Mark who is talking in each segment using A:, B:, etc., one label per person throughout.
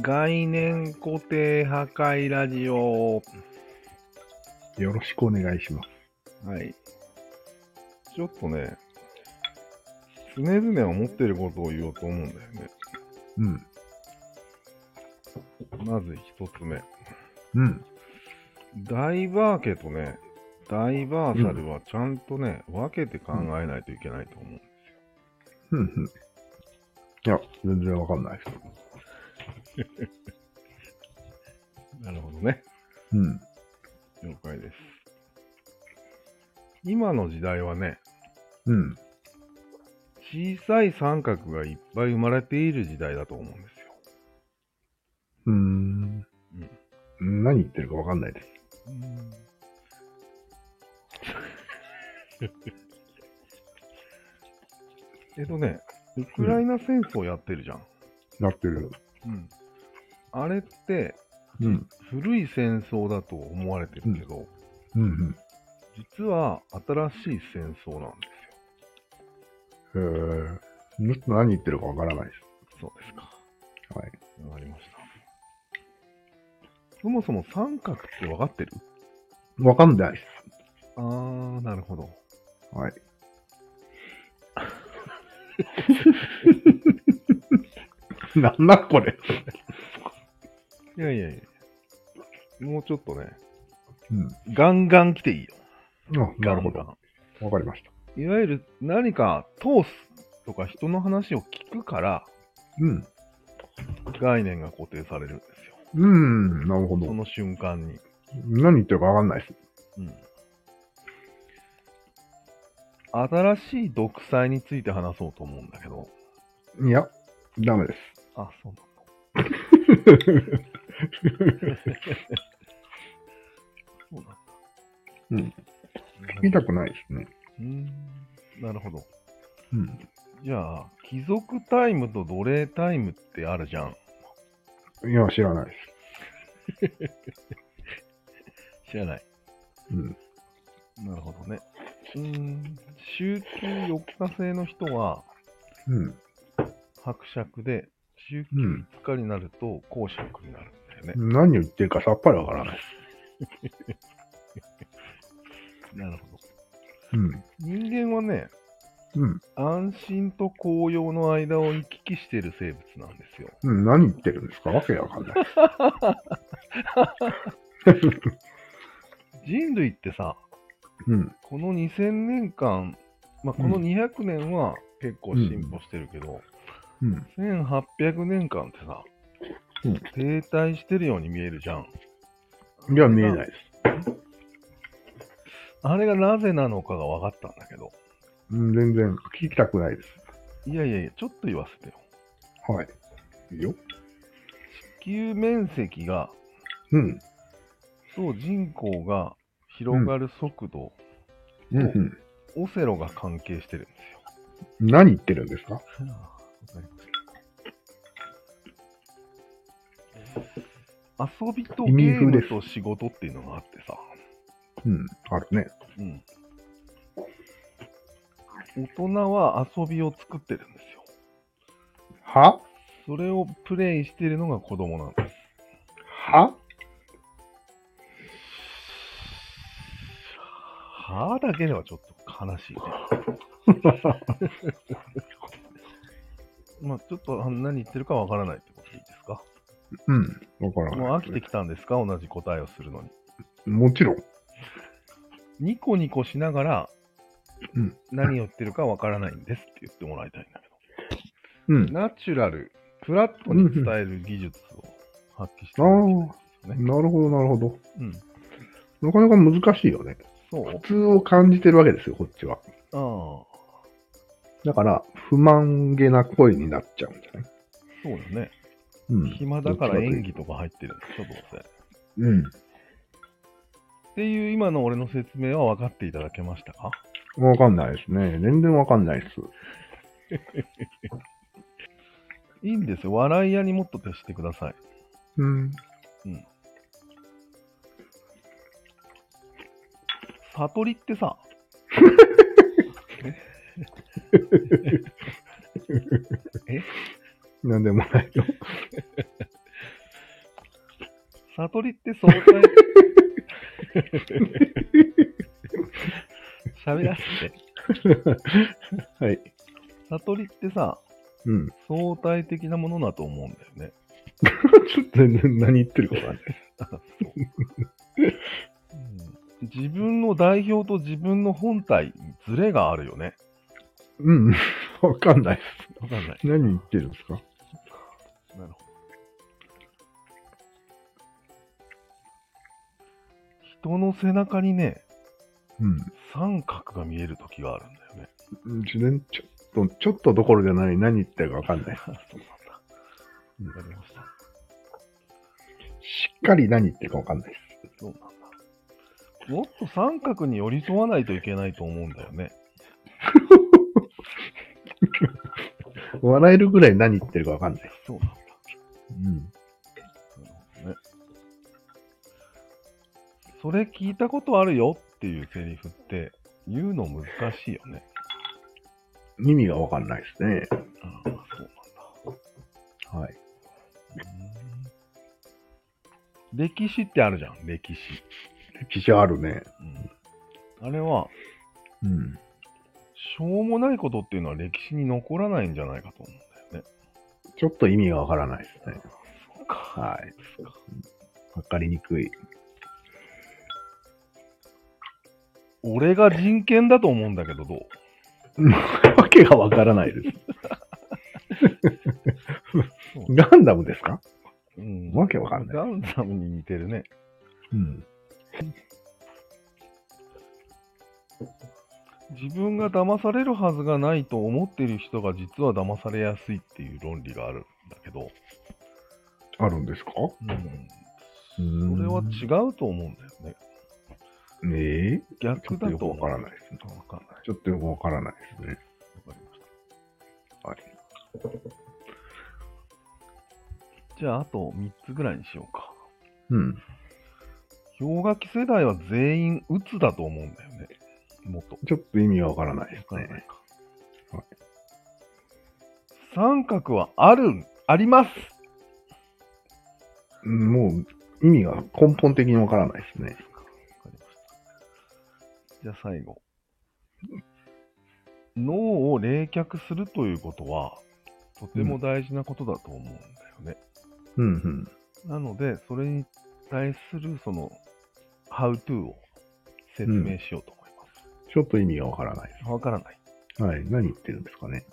A: 概念固定破壊ラジオ。
B: よろしくお願いします。
A: はい。ちょっとね、常々思ってることを言おうと思うんだよね。
B: うん。
A: まず一つ目。
B: うん。
A: ダイバー家とね、ダイバーサルはちゃんとね、分けて考えないといけないと思う。
B: うん。うん。いや、全然わかんないです。
A: なるほどね。
B: うん。
A: 了解です。今の時代はね、
B: うん。
A: 小さい三角がいっぱい生まれている時代だと思うんですよ。
B: うーん。何言ってるかわかんないです。
A: えっとね、ウクライナ戦争やってるじゃん。
B: なってる。
A: うん、あれって
B: うん。
A: 古い戦争だと思われてるけど、
B: うん。
A: 実は新しい戦争なんで
B: うん。へえ。ちょっと何言ってるかわからないです
A: よ。そうですか。
B: す。はい。
A: わかりました。そもそも三角って分かってる
B: わかんないです。
A: あー、なるほど。
B: はい。 なんだこれ。
A: いやいやいや。もうちょっとね、
B: うん。
A: ガンガン来ていいよ。
B: あ、なるほど。
A: ガン
B: わ
A: ガ
B: かりました。
A: ンいわゆる何か通すとか人の話を聞くから
B: うん。
A: 概念が固定されるんですよ。
B: うん。なるほ
A: そ
B: ど。
A: の瞬間に。
B: 何言ってるかわかんないです。
A: うん新しい独裁について話そうと思うんだけど。
B: いや、ダメです。
A: あ、そうなんだ。そうなんだ。
B: うん。 見たくないですね。
A: うん。なるほど。
B: うん。
A: じゃあ、貴族タイムと奴隷タイムってあるじゃん。
B: いや、知らないで
A: 知らない。
B: す。うん。
A: なるほどね。うーん。週休4日制の人は
B: うん。
A: 伯爵で、週休
B: うん。
A: 5日になると公爵になるんだよね。
B: 何を言ってるかさっぱりわからない。
A: なるほど。
B: うん。
A: 人間はね、
B: うん。
A: 安心と高揚の間を行き来している生物なんですよ。
B: うん、何言ってるんですかわけわかんないです。
A: 人類ってさ、
B: うん。
A: この2000年間、まあ、この
B: うん
A: 200年は結構進歩してるけど、
B: うん。
A: 1800年間ってさ、
B: うん
A: 停滞してるように見えるじゃん。
B: いや、見えないです。
A: あれがなぜなのかが分かったんだけど、
B: うん、全然聞きたくないです。
A: いやいやいや、ちょっと言わせてよ。
B: はい。いいよ。
A: 地球面積が
B: うん。
A: と人口が広がる速度、
B: うん、うん。
A: オセロが関係してるんですよ。
B: 何言ってるんですか
A: 遊びと
B: 意
A: ゲ
B: 味
A: ー
B: 風で
A: ム
B: す
A: と仕事っていうのがあってさ、
B: うん。あるね。
A: うん、大人は遊びを作ってるんですよ。
B: は
A: それをプレイしてるのが子供なんです。
B: は
A: 歯だけではちょっと悲しいね。 まあちょっとあ何言ってるかわからないってことでいいですか
B: うん。わからない。
A: もう飽きてきたんですか同じ答えをするのに。
B: もちろん。
A: ニコニコしながら、
B: うん
A: 何を言ってるかわからないんですって言ってもらいたいんだけど。
B: うん。
A: ナチュラル、フラットに伝える技術を発揮して
B: ああ
A: ほしいですね。
B: なるほど、なるほど。
A: うん。
B: なかなか難しいよね。
A: そう
B: 普通を感じてるわけですよ、こっちは。
A: ああ、
B: だから、不満げな声になっちゃうんじゃない
A: そうだね。
B: うん。
A: 暇だから演技
B: と。
A: とか入ってるんでしょ、どうせ。っ
B: うん。
A: ていう今の俺の説明は分かっていただけましたか
B: わかんないですね。全然わかんないです。
A: いいんですよ。笑い屋にもっと徹してください。
B: うん。
A: 悟りってさ、
B: なんでもないよ。
A: 悟りって相対。喋らせて。
B: はい。
A: 悟りってさ、
B: うん。 ち
A: 相対的なものだと思うんだよね。
B: ょっと全然何言ってるかわかんない。
A: うん自分の代表と自分の本体、ズレがあるよね。
B: うん。わかんないで
A: わかんない。
B: す。何言ってるんですか
A: なるほど。人の背中にね、
B: うん。
A: 三角が見える時があるんだよね。
B: 自然ちょっと、ちょっとどころじゃない。何言ってるかわかんない。し
A: そうなんだ。わかりました。
B: っかり何言ってるかわかんないです。
A: そうなんだ。もっと三角に寄り添わないといけないと思うんだよね。
B: 笑えるぐらい何言ってるかわかんない。
A: そうなんだ。
B: うん。
A: なるほどね。それ聞いたことあるよっていうセリフって言うの難しいよね。
B: 意味がわかんないですね。
A: ああ、そう
B: はい。
A: なんだ。うん歴史ってあるじゃん、歴史。
B: 歴史あるね。
A: あれは、
B: うん。
A: しょうもないことっていうのは歴史に残らないんじゃないかと思うんだよね。
B: ちょっと意味がわからないですね。
A: そうか。
B: はい。わかりにくい。
A: 俺が人権だと思うんだけど、どう
B: わけがわからないです。ガンダムですか
A: うん
B: わけわかんない
A: ガンダムに似てるね。
B: うん。
A: 自分が騙されるはずがないと思ってる人が実は騙されやすいっていう論理があるんだけど、
B: あるんですか
A: それは違うと思うんだよね。
B: ええちょ
A: 逆
B: っと
A: だ
B: よく
A: と
B: わからな
A: い。
B: いですね。
A: わかんない。
B: ちょっとよくわからないですね。
A: わかりまし
B: はい。
A: た。じゃあ、あと3つぐらいにしようか。
B: うん。
A: 氷河期世代は全員鬱だと思うんだよね。元。
B: ちょっと意味がわからないで
A: わ
B: す
A: からない
B: ね。
A: か
B: はい。
A: 三角はある、あります。
B: うんもう意味が根本的にわからないですね。
A: わかりました。じゃあ最後。脳を冷却するということは、とても大事なことだと思うんだよね。
B: うん
A: なので、それに対するその、how to を説明しようと思いま。
B: うん。ちょっと意味がわからないです
A: わ、からない。
B: す。はい。何言ってるんですかね。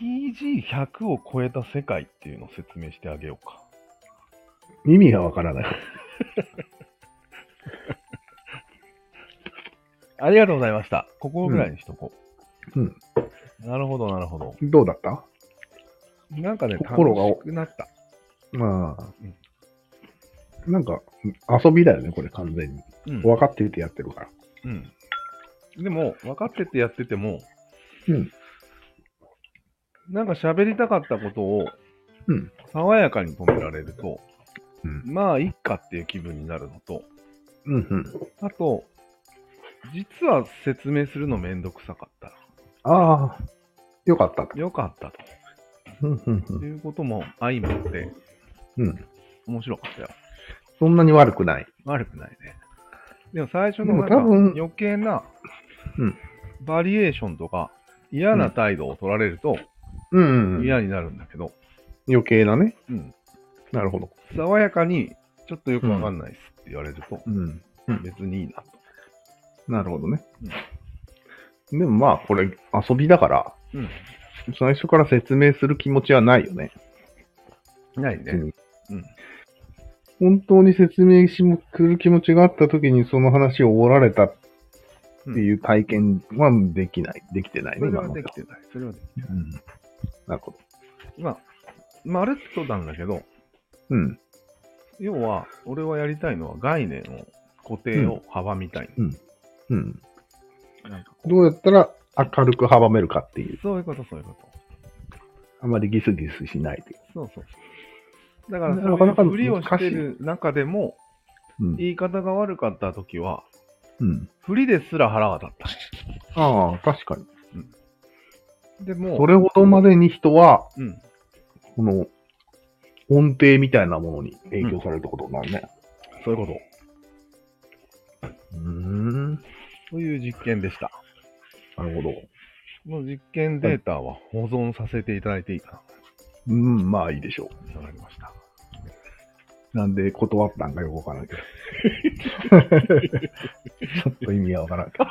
A: TG100 を超えた世界っていうのを説明してあげようか。
B: 意味がわからない。
A: ありがとうございました。ここぐらいにしとこう。
B: うん
A: なるほど、なるほど。
B: どうだった
A: なんかね、
B: 心が
A: 楽しくなった。
B: まあ。なんか遊びだよね、これ完全に。
A: うん
B: 分かっててやってるから。
A: うん。でも、分かっててやってても、
B: うん
A: なんか喋りたかったことを
B: うん。
A: 爽やかに止められると、
B: うん。
A: まあ、いっかっていう気分になるのと、
B: うんうん。
A: あと、実は説明するのめんどくさかったら、
B: ああ、よかったと。
A: よかった
B: うんうんう
A: と
B: ん
A: いうことも相まって、
B: うん。
A: 面白かったよ。
B: そんなに悪くない。
A: 悪くないね。でも最初のなん
B: で
A: か
B: も多分
A: 余計な
B: うん
A: バリエーションとか嫌な態度を取られると
B: うん、うん。
A: 嫌になるんだけど、
B: 余計なね。
A: うん、
B: なるほど。
A: 爽やかに、ちょっとよくわかんないっすって言われると、
B: うん。うん
A: 別にいいなと。
B: なるほどね。でもまあ、これ遊びだから、最初から説明する気持ちはないよね。
A: ないね。
B: うん
A: うん
B: 本当に説明しもする気持ちがあった時にその話を折られたっていう体験はできない。できてない
A: それ
B: ね、今
A: は
B: まで
A: できてない。それはでき
B: うん。なるほど。
A: まあ、まるっとなんだけど、
B: うん。
A: 要は、俺はやりたいのは概念を、固定を阻みたい。
B: うん。
A: なんかこ
B: どうやったら明るく阻めるかっていう
A: う。そういうこと、そういうこと。
B: あまりギスギスしないで。
A: そうそうそう。だから、
B: な
A: そう
B: かな
A: い
B: か
A: うふりをしてる中でも、
B: うん。
A: 言い方が悪かったときは、
B: うん、
A: ふりですら腹が立っ
B: ああ、確かに。
A: た。でも、
B: それほどまでに人は、
A: うん、
B: この、音程みたいなものに影響されるってことになるね。
A: そういうこと。
B: うん。な
A: という実験でした。
B: るほど。
A: この実験データは保存させていただいていいか
B: うん、まあいいでしょ
A: なわかりました。
B: う。なんで断ったんかよくわからんけど。 ちょっと意味がわからんけど。